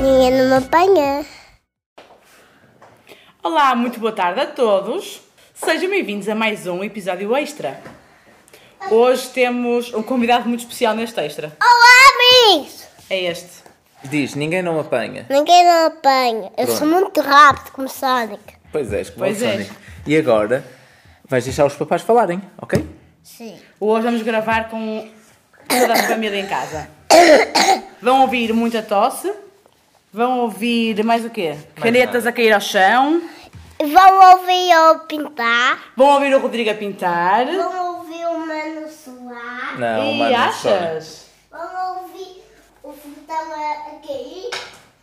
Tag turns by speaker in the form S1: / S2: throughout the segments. S1: Ninguém não me apanha.
S2: Olá, muito boa tarde a todos. Sejam bem-vindos a mais um episódio extra. Hoje temos um convidado muito especial neste extra.
S1: Olá, amigos!
S2: É este.
S3: Diz, ninguém não apanha.
S1: Ninguém não me apanha. Eu sou
S3: Pronto.
S1: muito rápido como Sonic.
S3: Pois és, como
S2: Pois
S3: o
S2: és.
S3: Sonic. E agora vais deixar os papás falarem, ok?
S1: Sim.
S2: Hoje vamos gravar com toda a família em casa. Vão ouvir muita tosse. Vão ouvir mais o quê? Canetas a cair ao chão.
S1: Vão ouvir eu pintar.
S2: Vão ouvir o Rodrigo a pintar.
S1: Vão ouvir o Mano Solar.
S3: Não,
S2: e
S3: mano, Sonic.
S2: achas?
S1: Vão ouvir o Futão a cair.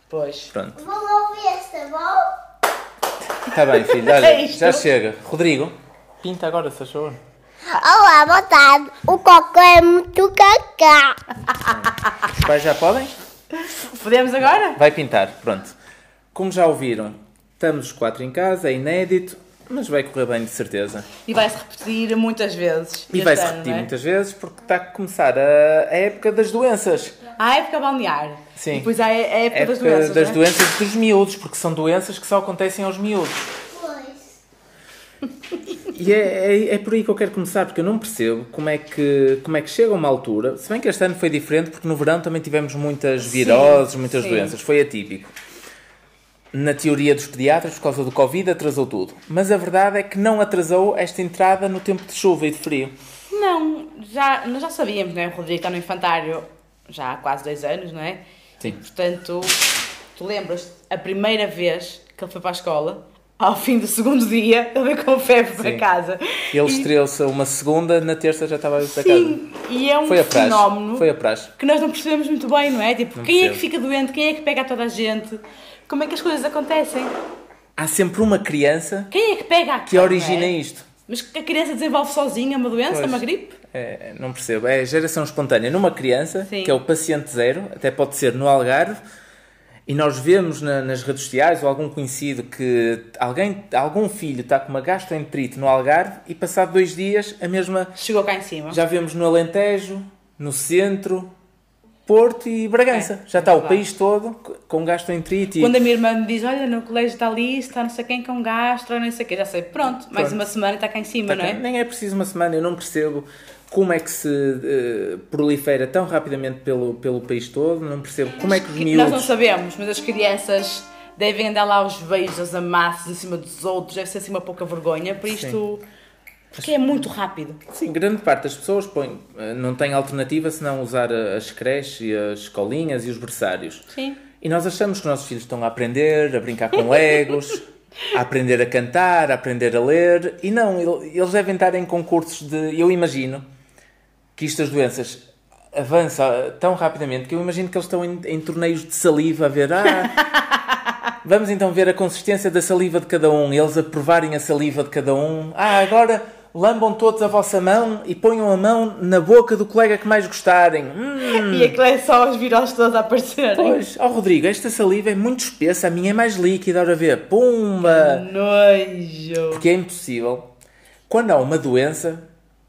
S2: Pois.
S3: Pronto,
S1: Vão ouvir esta bola.
S3: está bem, filho.
S2: É
S3: Olha,
S2: isto.
S3: já chega. Rodrigo, pinta agora, se faz favor.
S1: Olá, boa tarde. O Cocó é muito cacá.
S3: Os pais já podem?
S2: Podemos agora?
S3: Vai pintar, pronto. Como já ouviram, estamos os quatro em casa, é inédito, mas vai correr bem de certeza.
S2: E vai-se repetir muitas vezes.
S3: E
S2: este
S3: vai-se
S2: ano,
S3: repetir
S2: não é?
S3: muitas vezes porque está a começar a, a época das doenças.
S2: Há a época balnear.
S3: Sim.
S2: E depois há a época,
S3: época
S2: das doenças.
S3: das
S2: não é?
S3: doenças dos miúdos, porque são doenças que só acontecem aos miúdos.
S1: Pois.
S3: E é, é, é por aí que eu quero começar, porque eu não percebo como é, que, como é que chega uma altura. Se bem que este ano foi diferente, porque no verão também tivemos muitas viroses, muitas
S2: sim.
S3: doenças, foi atípico. Na teoria dos pediatras, por causa do Covid, atrasou tudo. Mas a verdade é que não atrasou esta entrada no tempo de chuva e de frio.
S2: Não, já, nós já sabíamos, não é? O Rodrigo está no infantário já há quase dois anos, não é?
S3: Sim.
S2: Portanto, tu lembras a primeira vez que ele foi para a escola, ao fim do segundo dia, ele veio com febre para
S3: Sim.
S2: casa.
S3: Ele
S2: E-
S3: estreou-se uma segunda, na terça já estava a ir para casa.
S2: Sim, e é um
S3: Foi a praxe.
S2: fenómeno
S3: Foi a praxe.
S2: que nós não percebemos muito bem, não é? Tipo,
S3: Não
S2: quem é que
S3: percebo.
S2: fica doente? Quem é que pega a toda a gente? Como é que as coisas acontecem?
S3: Há sempre uma criança
S2: Quem é que pega a
S3: que
S2: quem, não é?
S3: origina isto.
S2: Mas que a criança desenvolve sozinha uma doença,
S3: Pois.
S2: uma gripe?
S3: É, não percebo. É geração espontânea. Numa criança,
S2: Sim.
S3: que é o paciente zero, até pode ser no Algarve, e nós vemos na- nas redes sociais ou algum conhecido que alguém, algum filho está com uma gastroenterite no Algarve e passado dois dias a mesma.
S2: Chegou cá em cima.
S3: Já vemos no Alentejo, no centro, Porto e Bragança.
S2: É,
S3: Já está o
S2: verdade.
S3: país todo co- com gastroenterite. e-
S2: Quando a minha irmã me diz, olha, no colégio está ali, está não sei quem com gastro, não sei o quê, já sei, pronto, mais
S3: Pronto.
S2: uma semana e está cá em cima, não é?
S3: Nem é preciso uma semana, eu não percebo como é que se eh, prolifera tão rapidamente pelo, pelo país todo, não percebo como é que os
S2: Que Nós não
S3: miúdos.
S2: sabemos, mas as crianças devem andar lá aos beijos, aos amassos, em cima dos outros, deve ser assim uma pouca vergonha, por isto... Porque é muito rápido.
S3: Sim, grande parte das pessoas põe, eh, não tem alternativa senão usar eh, as creches e as escolinhas e os berçários.
S2: Sim.
S3: E nós achamos que os nossos filhos estão a aprender, a brincar com legos, a aprender a cantar, a aprender a ler. E não, ele- eles devem estar em concursos de. Eu imagino que estas doenças avançam tão rapidamente que eu imagino que eles estão em, em torneios de saliva a ver. Ah, vamos então ver a consistência da saliva de cada um, eles aprovarem a saliva de cada um. Ah, agora. Lambam todos a vossa mão e ponham a mão na boca do colega que mais gostarem. Hum,
S2: E aquilo é só os virós todos a aparecerem.
S3: Pois, ó Rodrigo, esta saliva é muito espessa, a minha é mais líquida, ora ver, pumba!
S2: Nojo.
S3: Porque é impossível. Quando há uma doença,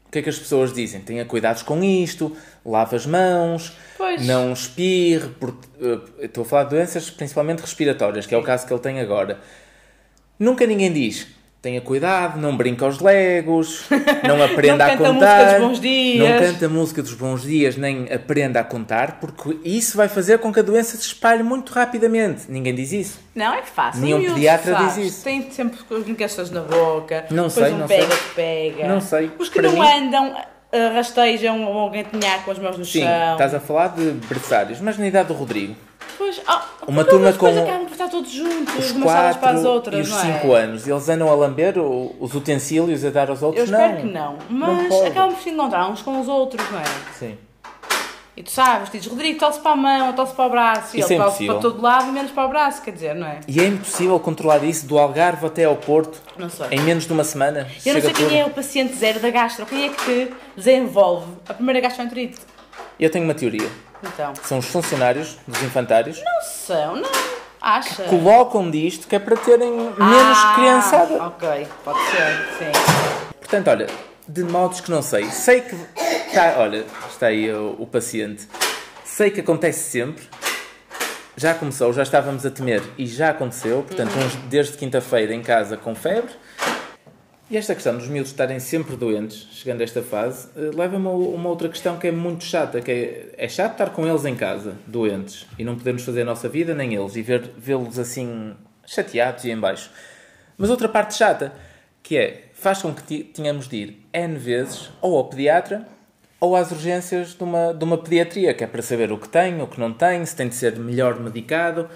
S3: o que é que as pessoas dizem? Tenha cuidados com isto, lava as mãos,
S2: Pois.
S3: não espirre, porque, eh, estou a falar de doenças principalmente respiratórias, que é o caso que ele tem agora. Nunca ninguém diz, tenha cuidado, não brinque aos legos, não aprenda
S2: Não canta a
S3: a contar.
S2: música dos bons dias.
S3: Não canta a música dos bons dias, nem aprenda a contar, porque isso vai fazer com que a doença se espalhe muito rapidamente. Ninguém diz isso.
S2: Não é fácil.
S3: Nenhum
S2: o miúdo
S3: pediatra
S2: faz.
S3: diz isso.
S2: Tem sempre as brincações na boca.
S3: Não
S2: depois
S3: sei,
S2: um
S3: não
S2: pega
S3: sei.
S2: que pega.
S3: Não sei.
S2: Os que
S3: Para
S2: não
S3: mim-
S2: andam eh, rastejam ou gantinhar com as mãos no
S3: Sim,
S2: chão.
S3: estás a falar de berçários, mas na idade do Rodrigo.
S2: Pois, oh,
S3: Uma
S2: porque
S3: turma
S2: eles depois
S3: com
S2: acabam por estar todos juntos,
S3: os
S2: umas salas
S3: quatro
S2: para as outras,
S3: e os
S2: não é?
S3: cinco anos. Eles andam a lamber o- os utensílios a dar aos
S2: Eu
S3: outros?
S2: espero
S3: não.
S2: que não.
S3: Não
S2: Mas
S3: pode.
S2: acabam por se encontrar uns com os outros, não é?
S3: Sim.
S2: E tu sabes, dizes, Rodrigo, tosse para a mão, tosse para o braço. E
S3: Isso
S2: ele
S3: é
S2: tosse
S3: impossível.
S2: para todo lado, menos para o braço, quer dizer, não é?
S3: E é impossível controlar isso do Algarve até ao Porto
S2: Não sei.
S3: em menos de uma semana.
S2: Eu não
S3: Chega
S2: sei quem
S3: tudo.
S2: é o paciente zero da gastro. Quem é que desenvolve a primeira gastroenterite?
S3: Eu tenho uma teoria.
S2: Então,
S3: São os funcionários dos infantários.
S2: não são, não. Acha?
S3: colocam disto que é para terem menos
S2: Ah,
S3: criançada.
S2: Ok, pode ser, sim.
S3: Portanto, olha, de modos que não sei. Sei que. Tá, olha, está aí o, o paciente. Sei que acontece sempre. Já começou, já estávamos a temer e já aconteceu. Portanto, uns desde quinta-feira em casa com febre. E esta questão dos miúdos estarem sempre doentes, chegando a esta fase, eh, leva-me a uma outra questão que é muito chata, que é, é chato estar com eles em casa, doentes, e não podermos fazer a nossa vida, nem eles, e ver- vê-los assim chateados e em baixo. Mas outra parte chata, que é, faz com que ti- tenhamos de ir N vezes ou ao pediatra ou às urgências de uma, de uma pediatria, que é para saber o que tem, o que não tem, se tem de ser melhor medicado.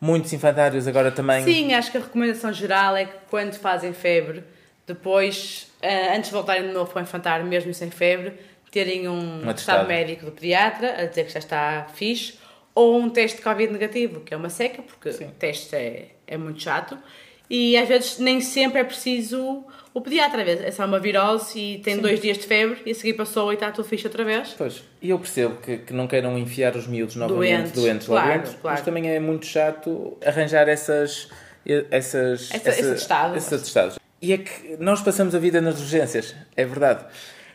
S3: Muitos infantários agora também...
S2: Sim, acho que a recomendação geral é que quando fazem febre, depois, ah, antes de voltarem de novo para o infantário, mesmo sem febre, terem um,
S3: Um atestado.
S2: estado médico do pediatra a dizer que já está fixe, ou um teste de Covid negativo, que é uma seca, porque o teste é, é muito chato. E às vezes nem sempre é preciso o pediatra, às vezes é só uma virose e tem dois dias de febre e a seguir passou e está tudo fixe outra vez.
S3: Pois, e eu percebo que, que não queiram enfiar os miúdos novamente doentes,
S2: Doentes,
S3: lá
S2: claro,
S3: dentro, mas
S2: claro.
S3: também é muito chato arranjar essas... essas
S2: Essa- esse atestado.
S3: Esses atestados. E é que nós passamos a vida nas urgências, é verdade.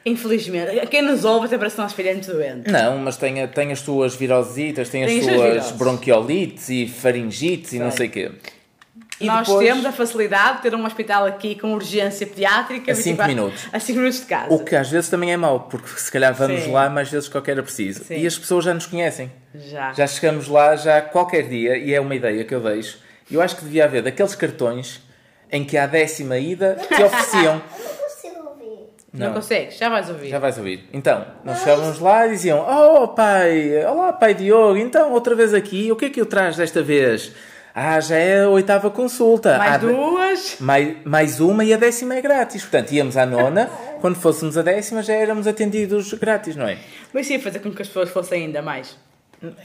S2: Infelizmente, quem nos ouve até parece que nós filhamos doentes.
S3: Não, mas tem, a- tem as tuas virositas, tem as
S2: Tem as suas
S3: tuas
S2: viroses.
S3: bronquiolites e faringites e não sei
S2: Sei.
S3: o quê.
S2: Nós
S3: depois-
S2: temos a facilidade de ter um hospital aqui com urgência pediátrica
S3: A cinco
S2: 24
S3: minutos.
S2: A 5 minutos de casa.
S3: O que às vezes também é mau, porque se calhar vamos
S2: Sim.
S3: lá mais vezes que qualquer era preciso.
S2: Sim.
S3: E as pessoas já nos conhecem.
S2: Já.
S3: Já chegamos lá já qualquer dia, e é uma ideia que eu deixo. Eu acho que devia haver daqueles cartões em que à décima ida te ofereciam.
S1: Não consigo ouvir.
S2: Não,
S3: Não.
S2: consegues? Já vais ouvir.
S3: Já vais ouvir. Então, nós chegávamos lá e diziam: Oh pai, olá pai Diogo, então outra vez aqui, o que é que eu traz desta vez? Ah, já é a oitava consulta.
S2: Mais
S3: Ah,
S2: duas.
S3: Mais, mais uma e a décima é grátis. Portanto, íamos à nona, quando fôssemos a décima já éramos atendidos grátis, não é?
S2: Mas sim, fazer com que as pessoas fossem ainda mais.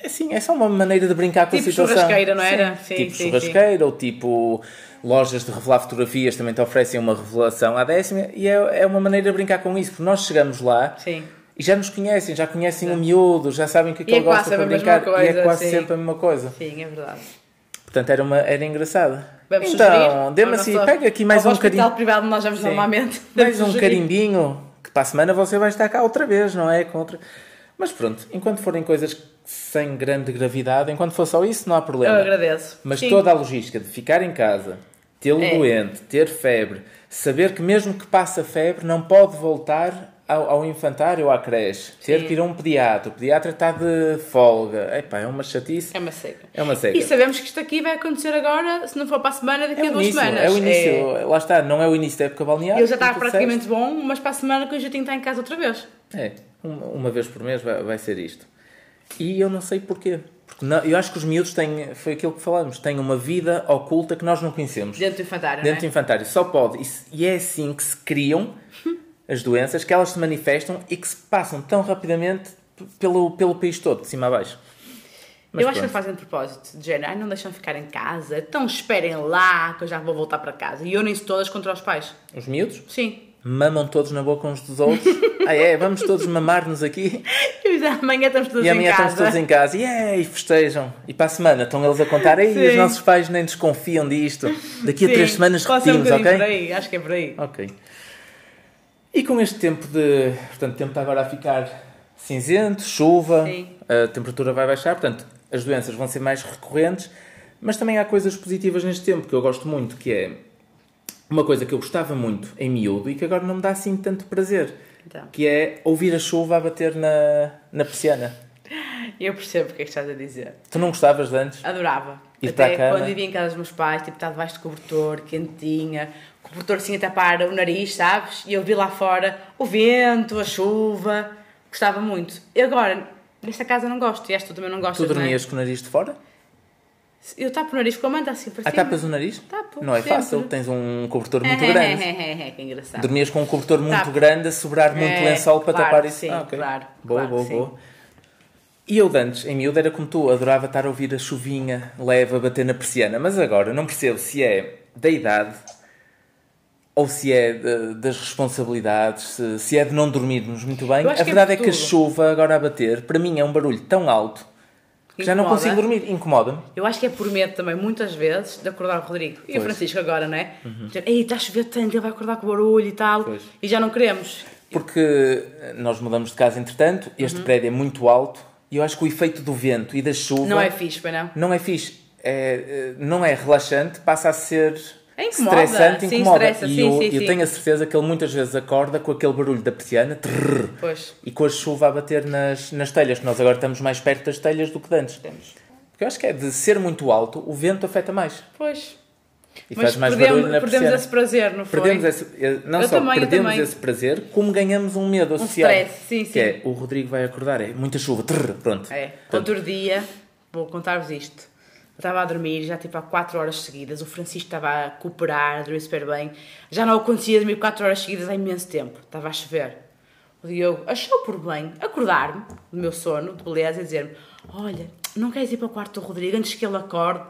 S3: Sim, é só uma maneira de brincar com
S2: Tipo
S3: a situação.
S2: churrasqueira, não era? Sim,
S3: tipo
S2: sim,
S3: churrasqueira ou tipo lojas de revelar fotografias também te oferecem uma revelação à décima e é, é uma maneira de brincar com isso, porque nós chegamos lá
S2: Sim.
S3: e já nos conhecem, já conhecem o miúdo, já sabem o que é que
S2: E é
S3: ele gosta
S2: quase
S3: para
S2: a mesma
S3: brincar e é
S2: coisa,
S3: quase
S2: sim.
S3: sempre a mesma coisa.
S2: Sim, é verdade.
S3: Portanto, era, uma, era engraçado.
S2: Vamos
S3: então,
S2: sugerir
S3: dê-me
S2: ao
S3: assim,
S2: nosso-
S3: pega aqui mais
S2: ao
S3: um
S2: hospital
S3: carinho.
S2: privado onde nós vamos
S3: Sim.
S2: normalmente.
S3: Mais
S2: Vamos
S3: um
S2: sugerir.
S3: carimbinho, que para a semana você vai estar cá outra vez, não é? Com outra... Mas pronto, enquanto forem coisas sem grande gravidade, enquanto for só isso, não há
S2: Eu
S3: problema.
S2: agradeço.
S3: Mas
S2: Sim.
S3: toda a logística de ficar em casa, tê-lo
S2: É.
S3: doente, ter febre, saber que mesmo que passa febre não pode voltar ao, ao infantário ou à creche, ter
S2: Sim.
S3: que ir a um pediatra, o pediatra está de folga, Epá, é uma chatice,
S2: É uma seca.
S3: é uma seca.
S2: E sabemos que isto aqui vai acontecer agora, se não for para a semana, daqui
S3: é
S2: a
S3: o
S2: duas
S3: início,
S2: semanas.
S3: é o início, lá está, não é o início da época balnear.
S2: Ele já está
S3: como tu
S2: praticamente bom, mas para a semana que eu já tenho que estar em casa outra vez.
S3: É, uma, uma vez por mês vai, vai ser isto. E eu não sei porquê. Porque não- eu acho que os miúdos têm, foi aquilo que falámos, têm uma vida oculta que nós não conhecemos.
S2: Dentro do infantário,
S3: Dentro do
S2: não é?
S3: infantário, só pode. E se- E é assim que se criam as doenças, que elas se manifestam e que se passam tão rapidamente p- pelo, pelo país todo, de cima a baixo. Mas
S2: eu acho que
S3: pronto.
S2: fazem de propósito, de género, ai não deixam ficar em casa, então esperem lá que eu já vou voltar para casa. E unem-se todas contra os pais.
S3: Os miúdos
S2: Sim.
S3: mamam todos na boca uns dos outros. ah, é, vamos todos mamar-nos aqui.
S2: E é, amanhã estamos todos
S3: E
S2: em
S3: amanhã
S2: casa.
S3: estamos todos em casa. E é, e festejam. E para a semana estão eles a contar. Ei,
S2: Sim.
S3: os nossos pais nem desconfiam disto. Daqui a
S2: Sim,
S3: três semanas
S2: pode ser um
S3: repetimos,
S2: bocadinho
S3: ok?
S2: por aí, acho que é por aí.
S3: Ok. E com este tempo de. Portanto, o tempo está agora a ficar cinzento, chuva,
S2: Sim.
S3: a temperatura vai baixar, portanto, as doenças vão ser mais recorrentes, mas também há coisas positivas neste tempo que eu gosto muito, que é uma coisa que eu gostava muito em miúdo e que agora não me dá assim tanto prazer,
S2: Então.
S3: que é ouvir a chuva a bater na, na persiana.
S2: Eu percebo o que é que estás a dizer.
S3: Tu não gostavas de antes?
S2: Adorava.
S3: Ir para a
S2: até
S3: cama.
S2: quando vivia em casa dos meus pais, tipo, estava debaixo de cobertor, quentinha, cobertor assim a tapar o nariz, sabes? E eu vi lá fora o vento, a chuva, gostava muito. E agora, nesta casa não gosto, e esta tu também não
S3: Tu
S2: gostas, não é?
S3: dormias com o nariz de fora?
S2: Eu tapo o nariz com a manta assim para
S3: Ah,
S2: cima.
S3: tapas o nariz?
S2: Tapo,
S3: não é
S2: sempre.
S3: fácil, tens um cobertor muito
S2: É,
S3: grande.
S2: é, é, é, é, que engraçado.
S3: Dormias com um cobertor muito
S2: Tapo.
S3: grande a sobrar muito
S2: É,
S3: lençol para
S2: claro,
S3: tapar isso. Ah,
S2: sim,
S3: ok.
S2: claro,
S3: Boa,
S2: claro
S3: boa,
S2: que
S3: boa. E eu de antes, em miúdo, era como tu, adorava estar a ouvir a chuvinha leve a bater na persiana, mas agora não percebo se é da idade ou se é de- das responsabilidades, se, se é de não dormirmos muito bem.
S2: Eu
S3: A
S2: acho que é
S3: verdade é,
S2: por
S3: que a
S2: tudo.
S3: chuva agora a bater, para mim é um barulho tão alto que já não
S2: Incomoda.
S3: consigo dormir, incomoda-me.
S2: Eu acho que é por medo também, muitas vezes, de acordar o Rodrigo e o
S3: Pois. Uhum.
S2: Francisco agora, não é? Dizer, Ei, está a chover tanto, ele vai acordar com barulho e tal.
S3: Pois.
S2: E já não queremos.
S3: Porque nós mudamos de casa entretanto,
S2: Uhum.
S3: este prédio é muito alto e eu acho que o efeito do vento e da chuva
S2: Não é fixe, pois não?
S3: não é fixe. É, eh, não é relaxante, passa a ser
S2: É incomoda,
S3: estressante,
S2: sim,
S3: incomoda.
S2: estressa,
S3: e
S2: sim,
S3: eu,
S2: sim,
S3: eu
S2: sim.
S3: tenho a certeza que ele muitas vezes acorda com aquele barulho da persiana trrr,
S2: Pois.
S3: e com a chuva a bater nas, nas telhas. Nós agora estamos mais perto das telhas do que de antes.
S2: Temos.
S3: Porque eu acho que é de ser muito alto, o vento afeta mais
S2: Pois.
S3: e faz mais
S2: perdemos,
S3: barulho na
S2: perdemos
S3: persiana.
S2: esse prazer, não foi?
S3: Perdemos esse, eh, não
S2: Eu
S3: só
S2: também, eu
S3: perdemos
S2: também.
S3: esse prazer, como ganhamos um medo associado.
S2: stress, sim,
S3: que
S2: sim.
S3: é o Rodrigo vai acordar, é muita chuva, trrr, pronto.
S2: É.
S3: Portanto,
S2: Outro dia, vou contar-vos isto. Eu estava a dormir já tipo há 4 horas seguidas. O Francisco estava a cooperar, a dormir super bem. Já não acontecia dormir 4 horas seguidas há imenso tempo. Estava a chover. O Diogo achou por bem acordar-me do meu sono, de beleza, e dizer-me: Olha, não queres ir para o quarto do Rodrigo antes que ele acorde?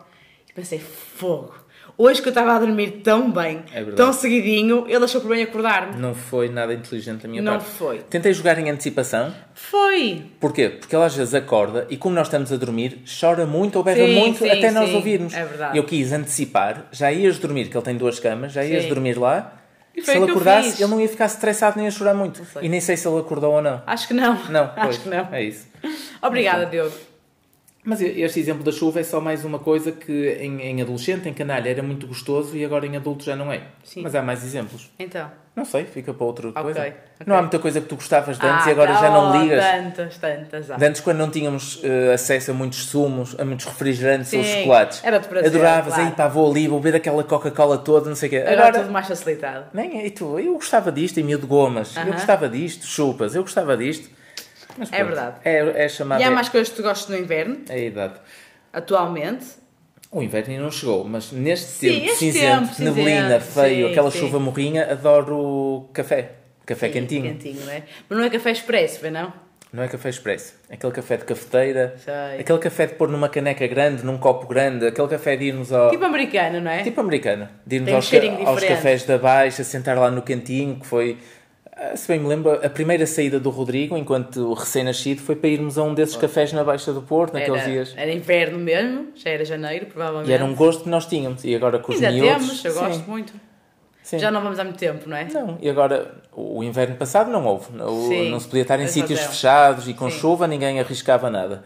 S2: E pensei: Fogo! Hoje que eu estava a dormir tão bem,
S3: É verdade.
S2: tão seguidinho, ele achou por bem acordar-me.
S3: não foi nada inteligente da minha
S2: Não
S3: parte.
S2: foi.
S3: Tentei jogar em antecipação.
S2: Foi!
S3: Porquê? Porque ela às vezes acorda e como nós estamos a dormir, chora muito ou berra
S2: Sim,
S3: muito
S2: sim,
S3: até nós
S2: sim,
S3: ouvirmos.
S2: é verdade.
S3: Eu quis antecipar, já ias dormir, que ele tem duas camas, já ias
S2: Sim.
S3: dormir lá.
S2: E
S3: Se
S2: foi o
S3: ele
S2: que eu
S3: acordasse,
S2: fiz.
S3: ele não ia ficar estressado nem ia chorar muito.
S2: sei.
S3: E nem sei se ele acordou ou não.
S2: Acho que não.
S3: Não, pois,
S2: acho que não.
S3: É isso.
S2: Obrigada,
S3: Então.
S2: Diogo.
S3: Mas este exemplo da chuva é só mais uma coisa que em, em adolescente, em canalha, era muito gostoso e agora em adulto já não é.
S2: Sim.
S3: Mas há mais exemplos.
S2: Então.
S3: Não sei, fica para outra coisa.
S2: ok.
S3: Não há muita coisa que tu gostavas de antes e agora já não
S2: oh,
S3: ligas.
S2: Tantas, tantas. ah.
S3: De antes, quando não tínhamos eh, acesso a muitos sumos, a muitos refrigerantes ou
S2: Sim,
S3: chocolates,
S2: era de prazer,
S3: adoravas,
S2: claro.
S3: aí pá, vou ali, vou beber aquela Coca-Cola toda, não sei o quê.
S2: Agora,
S3: Agora,
S2: tudo mais facilitado.
S3: nem é, e tu, eu gostava disto, em miúdo de gomas, eu
S2: Aham.
S3: gostava disto, chupas, eu gostava disto. Mas
S2: É
S3: pronto,
S2: verdade.
S3: É, é chamada
S2: E há mais coisas que tu gostas no inverno,
S3: é a idade.
S2: atualmente.
S3: O inverno ainda não chegou, mas neste
S2: Sim,
S3: tempo
S2: este
S3: cinzento,
S2: tempo cinzento,
S3: neblina, feio,
S2: sim,
S3: aquela
S2: sim.
S3: chuva morrinha, adoro café. Café
S2: Sim,
S3: quentinho.
S2: Quentinho, não é? Mas não é café expresso, vê não?
S3: Não é café expresso. Aquele café de cafeteira,
S2: Sei.
S3: aquele café de pôr numa caneca grande, num copo grande, aquele café de irmos ao.
S2: Tipo americano, não é?
S3: Oh. Tipo americana. De irmos
S2: Tem um
S3: aos,
S2: cheirinho
S3: ca- aos
S2: diferente.
S3: cafés da Baixa, sentar lá no cantinho, que foi, ah, se bem me lembro, a primeira saída do Rodrigo, enquanto recém-nascido, foi para irmos a um desses cafés na Baixa do Porto, naqueles
S2: era,
S3: dias.
S2: era inverno mesmo, já era janeiro, provavelmente.
S3: E era um gosto que nós tínhamos. E agora com os
S2: Ainda
S3: miúdos...
S2: temos, eu
S3: sim,
S2: gosto muito.
S3: sim.
S2: Já não vamos há muito tempo, não é?
S3: Não, e agora, o inverno passado não houve. O-
S2: Sim,
S3: não se podia estar em
S2: tens
S3: sítios
S2: razão.
S3: fechados e com
S2: Sim.
S3: chuva ninguém arriscava nada.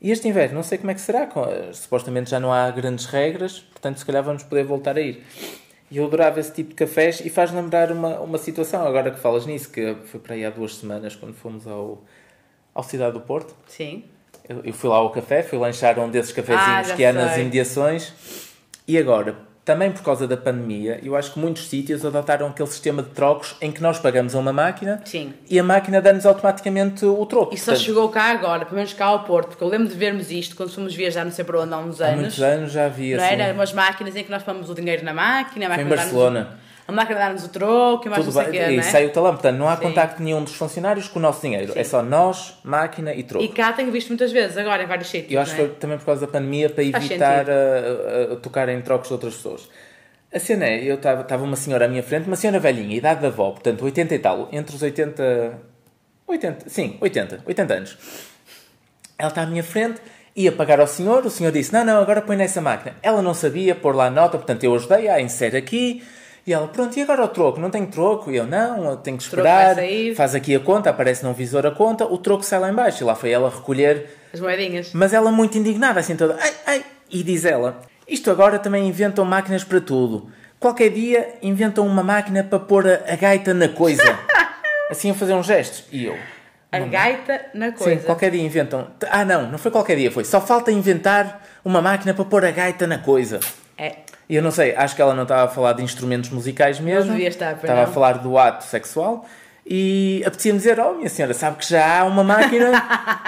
S3: E este inverno, não sei como é que será. com- eh, Supostamente já não há grandes regras, portanto, se calhar vamos poder voltar a ir. E eu adorava esse tipo de cafés e faz lembrar uma, uma situação, agora que falas nisso, que foi para aí há duas semanas, quando fomos ao, ao Cidade do Porto.
S2: Sim.
S3: Eu, eu fui lá ao café, fui lanchar um desses
S2: Ah,
S3: cafezinhos
S2: já
S3: que há nas
S2: sei.
S3: imediações. E agora, também por causa da pandemia, eu acho que muitos sítios adotaram aquele sistema de trocos em que nós pagamos a uma máquina
S2: Sim.
S3: e a máquina dá-nos automaticamente o troco.
S2: E só
S3: Portanto,
S2: chegou cá agora, pelo menos cá ao Porto, porque eu lembro de vermos isto quando fomos viajar, não sei para onde, há uns
S3: Há
S2: anos.
S3: muitos anos já havia
S2: Não é?
S3: assim.
S2: era? Umas máquinas em que nós pomos o dinheiro na máquina, a máquina dá-nos-
S3: Barcelona.
S2: A máquina dá-nos o troco e mais
S3: Tudo
S2: não sei
S3: bem,
S2: o quê,
S3: e
S2: não é?
S3: sai o talão. Portanto, não há
S2: Sim.
S3: contacto nenhum dos funcionários com o nosso dinheiro. É só nós, máquina e troco.
S2: E cá tenho visto muitas vezes, agora em vários sítios.
S3: Eu acho
S2: não
S3: que
S2: é?
S3: foi também por causa da pandemia para
S2: Faz
S3: evitar a, a- a tocar em trocos de outras pessoas. A cena é, eu estava estava uma senhora à minha frente, uma senhora velhinha, idade da avó, portanto 80 e tal, entre os 80. 80, sim, 80, 80 anos. Ela está à minha frente, ia pagar ao senhor, o senhor disse: Não, não, agora põe nessa máquina. Ela não sabia pôr lá a nota, portanto eu ajudei a insere aqui. E ela, pronto, e agora o troco? Não tenho troco? E eu, não, eu tenho que
S2: troco vai
S3: esperar.
S2: sair.
S3: Faz aqui a conta, aparece num visor a conta, o troco sai lá embaixo. E lá foi ela recolher
S2: As moedinhas.
S3: mas ela muito indignada, assim toda. Ai, ai, e diz ela: Isto agora também inventam máquinas para tudo. Qualquer dia inventam uma máquina para pôr a, a gaita na coisa. assim a fazer uns gestos. E eu.
S2: A gaita na coisa.
S3: Sim, qualquer dia inventam. Ah, não, não foi qualquer dia, foi. Só falta inventar uma máquina para pôr a gaita na coisa.
S2: É.
S3: E eu não sei, acho que ela não estava a falar de instrumentos musicais mesmo.
S2: devia estar, pois
S3: Estava a
S2: não.
S3: falar do ato sexual. E apetecia-me dizer, oh minha senhora, sabe que já há uma máquina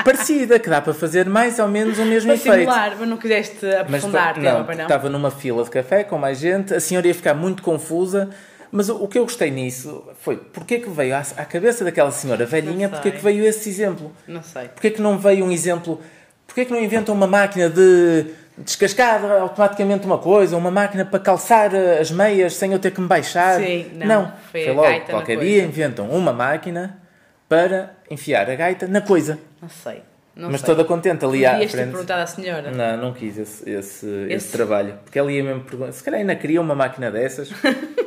S3: parecida, que dá para fazer mais ou menos o mesmo
S2: Para
S3: efeito.
S2: simular, mas não quiseste
S3: Mas
S2: aprofundar,
S3: pa-
S2: tema,
S3: não, tá-
S2: pois
S3: porque
S2: não?
S3: estava numa fila de café com mais gente, a senhora ia ficar muito confusa. Mas o, o que eu gostei nisso foi porque é que veio à, à cabeça daquela senhora velhinha,
S2: Não sei.
S3: porque é que veio esse exemplo?
S2: Não sei.
S3: Porquê que não veio um exemplo? Porquê que não inventam uma máquina de descascar automaticamente uma coisa, uma máquina para calçar eh, as meias sem eu ter que me baixar?
S2: Sim, não, foi a
S3: logo,
S2: gaita na
S3: qualquer
S2: coisa.
S3: dia inventam uma máquina para enfiar a gaita na coisa.
S2: Não sei. Não
S3: mas
S2: sei.
S3: toda contente ali à
S2: Devias ter
S3: frente.
S2: perguntado à senhora.
S3: Não, não quis esse, esse, esse
S2: Esse-
S3: trabalho. Porque ela ia mesmo perguntar. Se calhar ainda queria uma máquina dessas.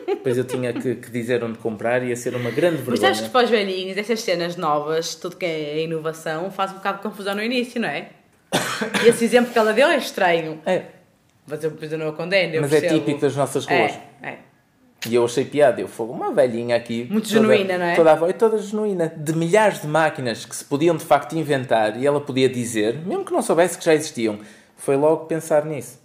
S3: Depois eu tinha que, que dizer onde comprar. Ia ser uma grande
S2: Mas
S3: vergonha.
S2: sabes que para os velhinhos, essas cenas novas, tudo que é inovação, faz um bocado de confusão no início, não é? E esse exemplo que ela deu é estranho.
S3: É.
S2: Mas eu, mas eu não a condeno, eu
S3: Mas é
S2: percebo.
S3: típico das nossas ruas.
S2: É, é.
S3: E eu achei piada. Eu fogo, uma velhinha aqui.
S2: Muito genuína, não é?
S3: Toda a voz, toda genuína. De milhares de máquinas que se podiam de facto inventar. E ela podia dizer, mesmo que não soubesse que já existiam. Foi logo pensar nisso.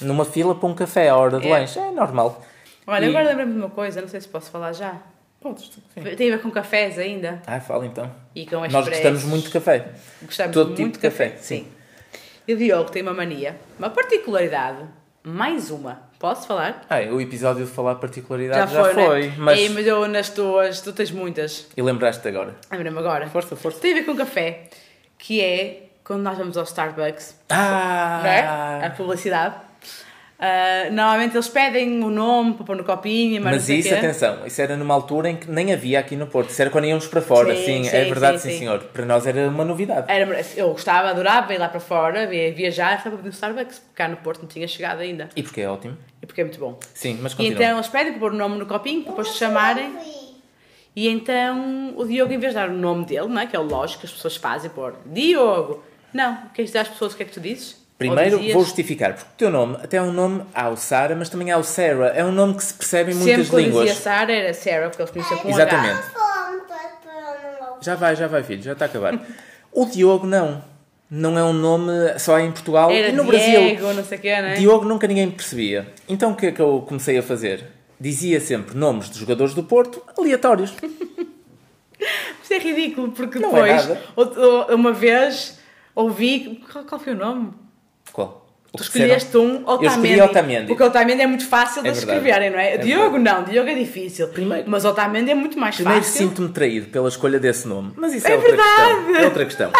S3: Numa fila para um café à hora de
S2: É.
S3: lanche. É normal.
S2: Olha,
S3: E-
S2: agora lembra-me de uma coisa, não sei se posso falar já.
S3: Podes, sim.
S2: Tem a ver com cafés ainda.
S3: Ah, fala então.
S2: E com
S3: Nós
S2: expressos.
S3: gostamos muito de café.
S2: Gostamos
S3: Todo
S2: muito
S3: tipo de café, sim.
S2: E o Diogo tem uma mania, uma particularidade, mais uma. Posso falar?
S3: Ah, o episódio de falar particularidades já foi, mas...
S2: Ei, né? É, mas eu nas tuas, tu tens muitas.
S3: E lembraste agora.
S2: Lembra-me agora.
S3: Força, força.
S2: Tem a ver com café, que é quando nós vamos ao Starbucks,
S3: Ah!
S2: não é? A publicidade. Ah, normalmente eles pedem o nome para pôr no copinho, mas, não
S3: Mas
S2: sei
S3: isso,
S2: quê.
S3: atenção, isso era numa altura em que nem havia aqui no Porto. Isso era quando íamos para fora,
S2: Sim,
S3: sim,
S2: sim,
S3: é verdade,
S2: sim,
S3: sim,
S2: sim.
S3: senhor. Para nós era uma novidade.
S2: Era- eu gostava, adorava ir lá para fora, via- viajar, estava no Starbucks, porque cá no Porto não tinha chegado ainda.
S3: E porque é ótimo.
S2: E porque é muito bom.
S3: Sim, mas
S2: E
S3: continua.
S2: então eles pedem para pôr o nome no copinho, para depois te chamarem. E então o Diogo, em vez de dar o nome dele, não é? que é o lógico que as pessoas fazem, pôr Diogo. Não, queres dizer às pessoas o que é que tu dizes? Ou
S3: Primeiro
S2: dizias?
S3: vou justificar, porque o teu nome até é um nome, há o Sara, mas também há o Sarah. É um nome que se percebe em muitas
S2: Sempre que eu
S3: línguas.
S2: dizia Sarah era Sarah, porque eles conheciam com
S3: Exatamente.
S2: H.
S3: Já vai, já vai, filho, já está a acabar. o Diogo não. Não é um nome só em Portugal
S2: Era
S3: e no
S2: Diego,
S3: Brasil.
S2: não sei o que, né?
S3: Diogo nunca ninguém percebia. Então o que é que eu comecei a fazer? Dizia sempre nomes de jogadores do Porto aleatórios.
S2: Isso é ridículo, porque
S3: Não é
S2: depois,
S3: nada.
S2: ou- ou- uma vez, ouvi. Qual, qual foi o nome?
S3: Qual? O
S2: Tu
S3: que
S2: escolheste
S3: disseram?
S2: um
S3: Eu
S2: Otamendi.
S3: escolhi Otamendi.
S2: Porque Otamendi é muito fácil de
S3: É verdade.
S2: escreverem, não é?
S3: É
S2: Diogo não, Diogo é difícil.
S3: Primeiro-
S2: mas Otamendi é muito mais
S3: Primeiro
S2: fácil.
S3: sinto-me traído pela escolha desse nome. Mas isso é,
S2: É
S3: outra questão.
S2: verdade. É
S3: É outra questão.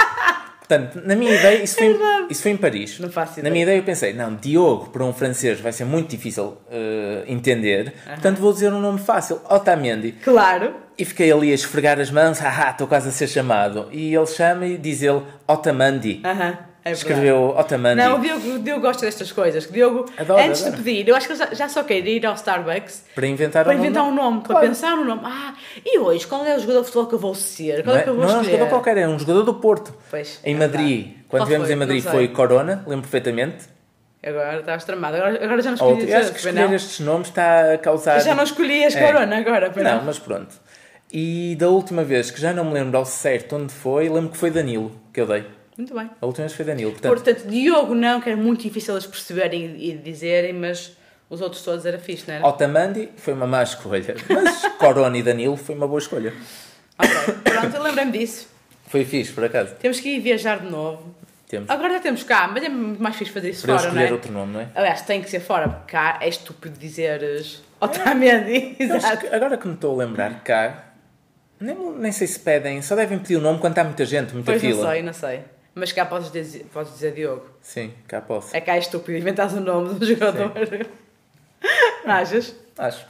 S3: Portanto, na minha ideia, isso foi, em, isso foi em Paris.
S2: Não faço
S3: Na
S2: ideia.
S3: minha ideia eu pensei, não, Diogo para um francês vai ser muito difícil eh, entender, portanto vou dizer um nome fácil, Otamendi.
S2: Claro.
S3: E fiquei ali a esfregar as mãos, ah, estou quase a ser chamado. E ele chama e diz ele Otamandi.
S2: Aham, é verdade.
S3: Escreveu Otamandi.
S2: Não, o Diogo, o Diogo gosta destas coisas. que Diogo,
S3: Adoro,
S2: antes
S3: adoro.
S2: de pedir, eu acho que ele já, já só quer ir ao Starbucks
S3: Para inventar
S2: para
S3: um
S2: inventar um
S3: nome.
S2: nome, para
S3: Claro.
S2: pensar um nome. Ah, e hoje, qual é o jogador de futebol que eu vou ser? Qual
S3: Não
S2: é
S3: é,
S2: que eu vou
S3: não é um
S2: escolher?
S3: jogador qualquer, é um jogador do Porto.
S2: Pois,
S3: em
S2: é
S3: Madrid,
S2: verdade.
S3: quando
S2: Qual
S3: estivemos
S2: foi?
S3: em Madrid,
S2: Não
S3: foi
S2: sei.
S3: Corona, lembro perfeitamente.
S2: Agora estás tramado. Agora, agora já não
S3: Ou,
S2: escolhi
S3: eu acho que
S2: dizer,
S3: escolher
S2: não?
S3: estes nomes está a causar.
S2: Já não escolhi as
S3: É.
S2: Corona agora, pois
S3: Não, mas pronto. E da última vez, que já não me lembro ao certo onde foi, lembro que foi Danilo que eu dei.
S2: Muito bem.
S3: A última vez foi Danilo. Portanto,
S2: Portanto, Diogo não, que era muito difícil eles perceberem e e dizerem, mas os outros todos era fixe, não era?
S3: Otamandi foi uma má escolha, mas Corona e Danilo foi uma boa escolha.
S2: Ok, pronto, eu lembrei-me disso.
S3: Foi fixe, por acaso.
S2: Temos que ir viajar de novo.
S3: Temos.
S2: Agora já temos cá, mas é muito mais fixe fazer isso
S3: Para eu
S2: Ah, fora, não é?
S3: escolher outro nome, não é?
S2: Aliás, tem que ser fora, porque cá é estúpido dizeres Otamendi.
S3: Eu acho
S2: Exato.
S3: É. que- agora que me estou a lembrar, cá, nem, nem sei se pedem, só devem pedir o nome quando há muita gente, muita
S2: Pois
S3: fila.
S2: não sei, não sei. Mas cá podes dizer, podes dizer Diogo.
S3: Sim, cá posso.
S2: É cá é estúpido, inventares o nome do jogador. Não achas?
S3: Acho.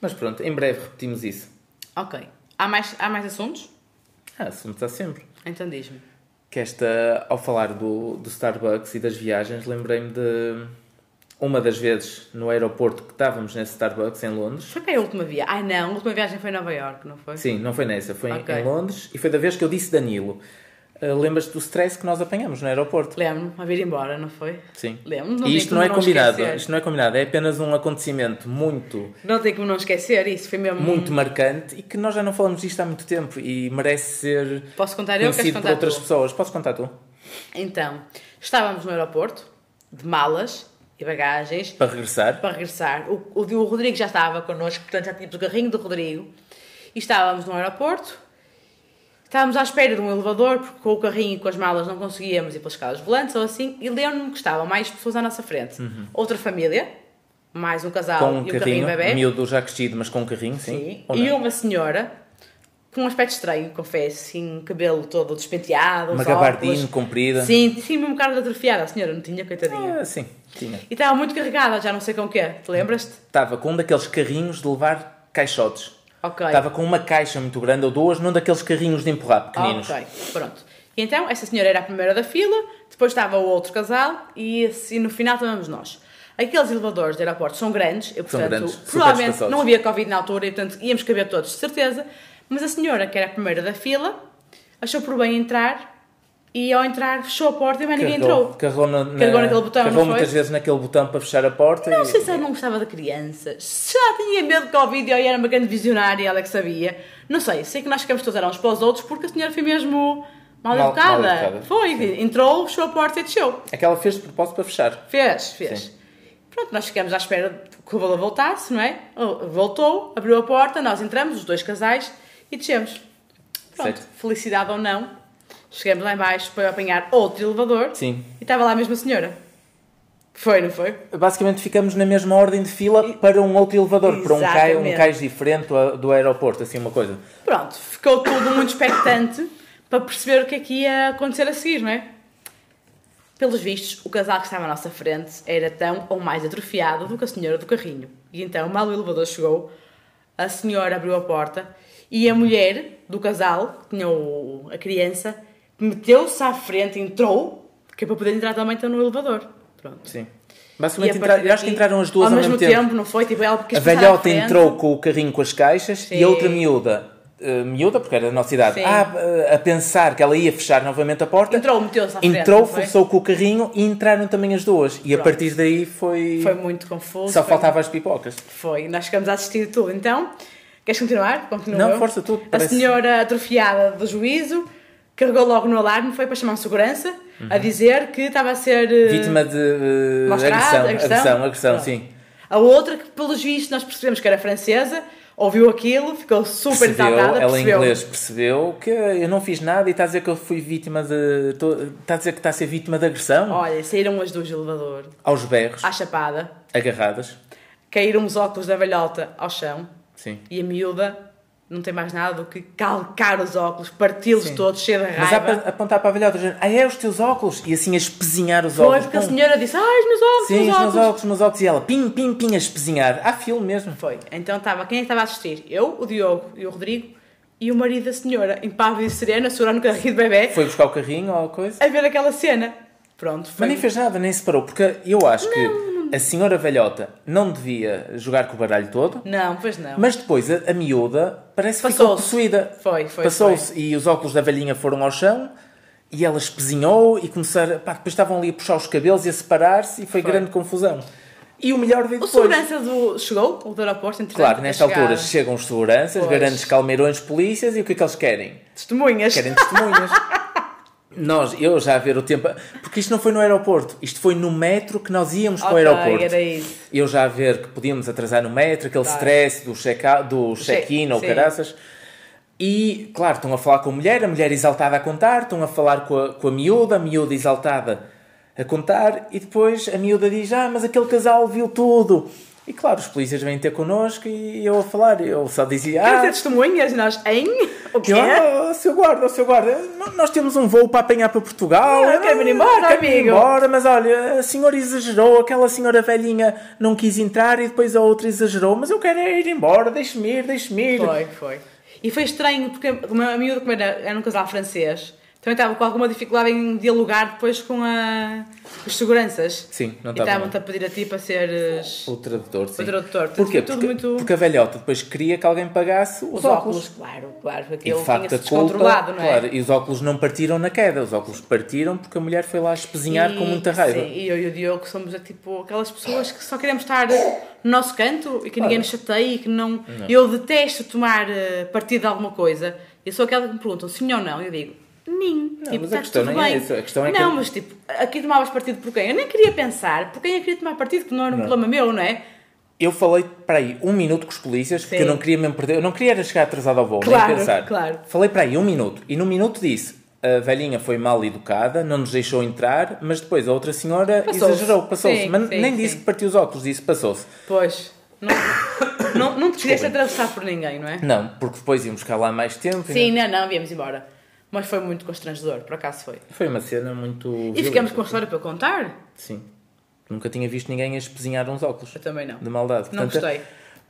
S3: Mas pronto, em breve repetimos isso.
S2: Ok. Há mais, há mais assuntos?
S3: Ah, assunto está sempre.
S2: Então diz-me.
S3: que esta, ao falar do, do Starbucks e das viagens, lembrei-me de uma das vezes no aeroporto que estávamos nesse Starbucks em Londres.
S2: Foi para a última viagem? Ai não, a última viagem foi a Nova York, não foi?
S3: Sim, não foi nessa, foi em-
S2: Ok.
S3: em Londres e foi da vez que eu disse Danilo. Ah, Lembras-te do stress que nós apanhamos no aeroporto?
S2: Lembro-me, a vir embora, não foi?
S3: Sim.
S2: Lembro-me, um não
S3: e
S2: tem
S3: isto
S2: como
S3: não é
S2: não
S3: combinado,
S2: esquecer.
S3: isto não é combinado, é apenas um acontecimento muito
S2: Não tem como não esquecer isso, foi mesmo.
S3: muito marcante e que nós já não falamos disto há muito tempo e merece ser
S2: Posso contar Ah, eu? Queres
S3: conhecido por
S2: contar
S3: outras
S2: tu?
S3: pessoas. Posso contar tu?
S2: Então, estávamos no aeroporto, de malas e bagagens,
S3: Para regressar.
S2: para regressar. O, o, o Rodrigo já estava connosco, portanto já tínhamos o carrinho do Rodrigo. E estávamos no aeroporto, estávamos à espera de um elevador, porque com o carrinho e com as malas não conseguíamos ir pelas escadas volantes ou assim. E lembro-me que estavam mais pessoas à nossa frente. Outra família, mais um casal
S3: Uhum. Com um
S2: e um carrinho
S3: carrinho,
S2: bebê.
S3: miúdo já crescido, mas com um carrinho, sim.
S2: Sim.
S3: Ou
S2: E
S3: não?
S2: uma senhora com um aspecto estranho, confesso, assim, cabelo todo despenteado,
S3: Uma
S2: uns
S3: gabardina
S2: óculos.
S3: comprida.
S2: Sim, tinha mesmo cara de atrofiada, a senhora não tinha, coitadinha.
S3: Ah, sim, tinha.
S2: E estava muito carregada, já não sei com o quê, te lembras-te?
S3: Estava com um daqueles carrinhos de levar caixotes.
S2: Ok.
S3: Estava com uma caixa muito grande ou duas num daqueles carrinhos de empurrar pequeninos.
S2: Ok, pronto. E então, essa senhora era a primeira da fila, depois estava o outro casal e, esse- e no final estávamos nós. Aqueles elevadores de aeroportos são grandes, e portanto,
S3: grandes, super
S2: provavelmente
S3: espaçosos.
S2: não havia Covid na altura e portanto íamos caber todos, de certeza. Mas a senhora, que era a primeira da fila, achou por bem entrar e ao entrar fechou a porta e mais ninguém entrou.
S3: Carregou, na, na-
S2: Carregou naquele botão,
S3: carregou
S2: não
S3: muitas
S2: foi?
S3: vezes naquele botão para fechar a porta.
S2: Não
S3: e-
S2: sei se ela não gostava de crianças, se já tinha medo de Covid ou era uma grande visionária e ela é que sabia. Não sei, sei que nós ficamos todos a uns para os outros porque a senhora foi mesmo mal,
S3: Mal-
S2: educada.
S3: mal educada.
S2: Foi, entrou, fechou a porta e desceu.
S3: É que ela fez de propósito para fechar.
S2: Fez, fez.
S3: Sim.
S2: Pronto, nós ficamos à espera que o valor voltasse, não é? Ele Voltou, abriu a porta, nós entramos, os dois casais, e descemos. Pronto,
S3: Certo.
S2: felicidade ou não, chegamos lá embaixo para apanhar outro elevador.
S3: Sim.
S2: E estava lá a mesma senhora. Foi, não foi?
S3: Basicamente ficamos na mesma ordem de fila para um outro elevador, para um cais, um
S2: Exatamente.
S3: cais diferente a- do aeroporto, assim uma coisa.
S2: Pronto, ficou tudo muito expectante para perceber o que é que ia acontecer a seguir, não é? Pelos vistos, o casal que estava à nossa frente era tão ou mais atrofiado do que a senhora do carrinho. E então, mal o elevador chegou, a senhora abriu a porta e a mulher do casal, que tinha o- a criança, meteu-se à frente, entrou, que é para poder entrar também então, no elevador. Pronto.
S3: Sim.
S2: E a
S3: Basicamente,
S2: partir
S3: entra- eu acho que
S2: daqui,
S3: entraram as duas
S2: ao mesmo tempo. não foi? Tipo, ela quis
S3: A
S2: passar à
S3: velhota
S2: frente.
S3: entrou com o carrinho com as caixas e a
S2: Sim.
S3: outra miúda, eh, miúda, porque era da nossa idade,
S2: Sim.
S3: ah, a pensar que ela ia fechar novamente a porta.
S2: Entrou, meteu-se à frente,
S3: Entrou,
S2: não foi?
S3: forçou com o carrinho e entraram também as duas. E a
S2: Pronto.
S3: partir daí foi.
S2: Foi muito confuso.
S3: Só
S2: foi
S3: faltava as pipocas.
S2: Foi, nós ficamos a assistir tudo. Então, queres continuar? Continua
S3: Não,
S2: eu.
S3: força, tudo,
S2: A
S3: parece-
S2: senhora atrofiada do juízo carregou logo no alarme, foi para chamar um segurança a dizer que estava a ser. eh,
S3: Uhum. Vítima de eh,
S2: mostrada,
S3: agressão,
S2: agressão.
S3: agressão, agressão,
S2: Pronto.
S3: sim.
S2: A outra, que pelos vistos nós percebemos que era francesa, ouviu aquilo, ficou super
S3: Percebeu,
S2: exaltada.
S3: ela é em
S2: percebeu.
S3: inglês percebeu que eu não fiz nada e está a dizer que eu fui vítima de. tô- Está a dizer que está a ser vítima de agressão?
S2: Olha, saíram as duas do elevador,
S3: Aos berros,
S2: à chapada,
S3: agarradas.
S2: caíram os óculos da velhota ao chão
S3: Sim.
S2: e a miúda não tem mais nada do que calcar os óculos, parti-los todos, cheia de raiva.
S3: Mas há para apontar para a velhota, do género, ah, é os teus óculos? E assim a espezinhar os
S2: Foi
S3: óculos.
S2: porque a
S3: Pum.
S2: senhora disse, ai, os meus óculos,
S3: então.
S2: os
S3: Sim, os
S2: meus
S3: meus
S2: óculos.
S3: óculos, os meus óculos. E ela, pim, pim, pim, a espezinhar. Há filme mesmo.
S2: Foi. Então estava, quem é que estava a assistir? Eu, o Diogo e o Rodrigo e o marido da senhora, impávido e sereno, a segurar no carrinho do bebê,
S3: Foi buscar o carrinho ou coisa.
S2: a ver aquela cena. Pronto, foi.
S3: Mas nem fez nada, nem se parou. Porque eu acho que a senhora velhota não devia jogar com o baralho todo.
S2: Não, pois não.
S3: Mas depois a, a miúda parece que ficou
S2: Passou-se.
S3: possuída.
S2: Foi, foi,
S3: Passou-se e os óculos da velhinha foram ao chão e ela espezinhou e começaram. Pá, depois estavam ali a puxar os cabelos e a separar-se e foi,
S2: Foi.
S3: grande confusão. E o melhor veio
S2: O
S3: depois.
S2: segurança do... chegou, o do aeroporto, entretanto,
S3: Claro, nesta
S2: a chegar.
S3: altura chegam os seguranças,
S2: Pois.
S3: grandes calmeirões, polícias e o que é que eles querem?
S2: Testemunhas.
S3: Querem testemunhas. nós, eu já a ver o tempo. Porque isto não foi no aeroporto, isto foi no metro que nós íamos para o
S2: Ok,
S3: aeroporto.
S2: era isso.
S3: Eu já a ver que podíamos atrasar no metro, aquele
S2: Claro.
S3: stress do check-out- do
S2: check-
S3: check-in ou
S2: sim.
S3: caraças. E, claro, estão a falar com a mulher, a mulher exaltada a contar, estão a falar com a, com a miúda, a miúda exaltada a contar, e depois a miúda diz: Ah, mas aquele casal viu tudo. E, claro, os polícias vêm ter connosco e eu a falar, eu só dizia:
S2: Querem
S3: Ah,
S2: ser testemunhas, nós, hein? O quê?
S3: eu,
S2: É?
S3: "Ah, seu guarda, oh, seu guarda, no- nós temos um voo para apanhar para Portugal.
S2: Ah,
S3: Eu,
S2: quero-me ir
S3: "Ah,
S2: embora,
S3: quero-me ir
S2: amigo."
S3: embora, mas olha, a senhora exagerou, aquela senhora velhinha não quis entrar e depois a outra exagerou, mas eu quero é ir embora, deixe-me ir, deixe-me ir.
S2: Foi, foi. E foi estranho porque a miúda, como era, era um casal francês, também estava com alguma dificuldade em dialogar depois com a, os seguranças.
S3: Sim, não
S2: E
S3: estava
S2: estavam-te a pedir a ti para seres.
S3: O tradutor, sim.
S2: O tradutor,
S3: Porquê?
S2: foi tudo
S3: porque,
S2: muito-
S3: porque a velhota depois queria que alguém pagasse os,
S2: Os
S3: óculos.
S2: óculos, claro, claro, porque
S3: E
S2: ele
S3: de facto
S2: tinha-se
S3: a culpa,
S2: descontrolado, não é?
S3: claro, e os óculos não partiram na queda, os óculos partiram porque a mulher foi lá espezinhar com muita raiva.
S2: Sim, e eu e o Diogo somos é, tipo aquelas pessoas que só queremos estar no nosso canto e que ninguém nos chateie e que não. Eu detesto tomar eh, partido de alguma coisa. Eu sou aquela que me perguntam sim ou não. Eu digo, nem. tipo,
S3: mas a
S2: está
S3: questão
S2: tudo
S3: nem é
S2: bem.
S3: essa, a questão é que-
S2: não, mas tipo, aqui tomavas partido por quem? Eu nem queria pensar por quem eu queria tomar partido, porque não era um problema meu, não é?
S3: Eu falei para aí um minuto com os polícias porque
S2: Sim.
S3: eu não queria mesmo perder, eu não queria era chegar atrasado ao voo,
S2: Claro,
S3: nem pensar.
S2: claro.
S3: Falei para aí um minuto e no minuto disse a velhinha foi mal educada, não nos deixou entrar, mas depois a outra senhora
S2: Passou-se.
S3: exagerou, passou-se.
S2: Sim,
S3: Mas
S2: sim,
S3: nem
S2: sim.
S3: disse que partiu os óculos, disse passou-se.
S2: Pois, não, não, não te quiseste atravessar por ninguém, não é?
S3: Não, porque depois íamos ficar lá mais tempo. e
S2: Sim, não, não, viemos embora. Mas foi muito constrangedor, por acaso foi.
S3: não- Foi uma cena muito.
S2: E
S3: é
S2: ficamos com a história para contar?
S3: Sim. Nunca tinha visto ninguém a espezinhar uns óculos.
S2: Eu também não.
S3: De maldade.
S2: Não
S3: Portanto,
S2: gostei.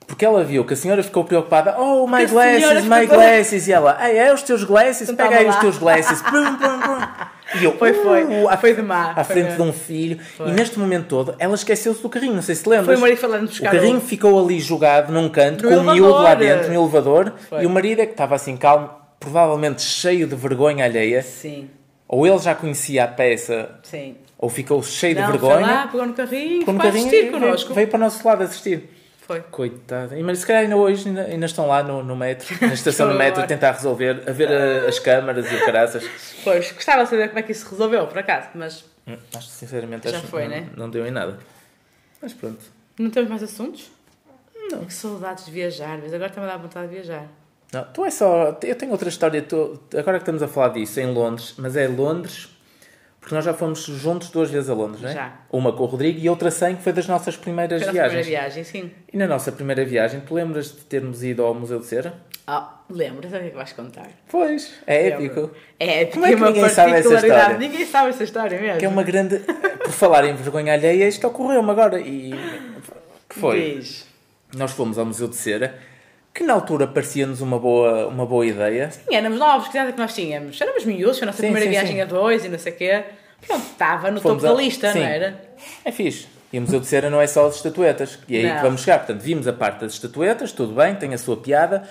S3: Porque ela viu que a senhora ficou preocupada. Oh, my
S2: Que a senhora
S3: glasses,
S2: ficou
S3: my
S2: toda-
S3: glasses. E ela, ei, é os teus glasses?
S2: Então
S3: Pega aí
S2: toma
S3: os
S2: lá.
S3: teus glasses. Pum, pum, pum. E eu,
S2: Foi, foi.
S3: "Uh", à-
S2: Foi de má.
S3: À
S2: Foi
S3: frente de
S2: mesmo.
S3: um filho. E neste momento todo, ela esqueceu-se do carrinho. Não sei se lembras.
S2: Foi o marido que foi lá nos
S3: O
S2: buscar um-
S3: carrinho
S2: o-
S3: ficou ali jogado num
S2: No
S3: canto, com um miúdo lá
S2: elevador.
S3: dentro, no elevador.
S2: Foi.
S3: E o marido é que estava assim calmo, provavelmente cheio de vergonha alheia.
S2: Sim,
S3: Ou ele já conhecia a peça,
S2: sim.
S3: ou ficou cheio
S2: Não,
S3: de
S2: foi
S3: vergonha.
S2: lá, pegou no carrinho,
S3: Como
S2: foi
S3: carrinho,
S2: assistir
S3: veio,
S2: connosco.
S3: veio para o nosso lado assistir.
S2: Foi.
S3: Coitado. E, Mas se calhar ainda hoje ainda, ainda estão lá no, no metro, na estação do
S2: Que
S3: metro, a
S2: horror.
S3: tentar resolver, a ver a- as câmaras e o caraças.
S2: Pois, gostava de saber como é que isso se resolveu, por acaso, mas
S3: Hum, Acho que sinceramente
S2: Já
S3: acho que
S2: foi,
S3: não,
S2: né?
S3: não deu em nada. Mas pronto.
S2: não temos mais assuntos? Não. Que saudades de viajar, mas agora também dá vontade de viajar.
S3: Não, tu é só. Eu tenho outra história. tu- agora que estamos a falar disso, em Londres, mas é Londres, porque nós já fomos juntos duas vezes a Londres, não é?
S2: Já.
S3: Uma com o Rodrigo e outra sem, que foi das nossas primeiras
S2: Foi a nossa
S3: viagens.
S2: primeira viagem, sim.
S3: E na nossa primeira viagem, tu lembras de termos ido ao Museu de Cera?
S2: Ah, lembra-te o que é que vais contar?
S3: Pois. É épico.
S2: Lembro. É épico,
S3: Como é que
S2: é uma
S3: ninguém sabe essa história?
S2: particularidade. Ninguém sabe essa história mesmo.
S3: Que é uma grande. Por falar em vergonha alheia, isto ocorreu-me agora. E. Que foi?
S2: Diz.
S3: Nós fomos ao Museu de Cera, que na altura parecia-nos uma boa, uma boa ideia.
S2: Sim, éramos novos, que idade é que nós tínhamos? Éramos miúdos, foi a nossa
S3: Sim,
S2: primeira
S3: sim,
S2: viagem
S3: sim.
S2: a dois e não sei o quê. Pronto, estava no
S3: Fomos
S2: topo
S3: a-
S2: da lista,
S3: sim.
S2: não era?
S3: É fixe. E o Museu de Cera não é só as estatuetas. E é aí
S2: Não.
S3: que vamos chegar. Portanto, vimos a parte das estatuetas, tudo bem, tem a sua piada.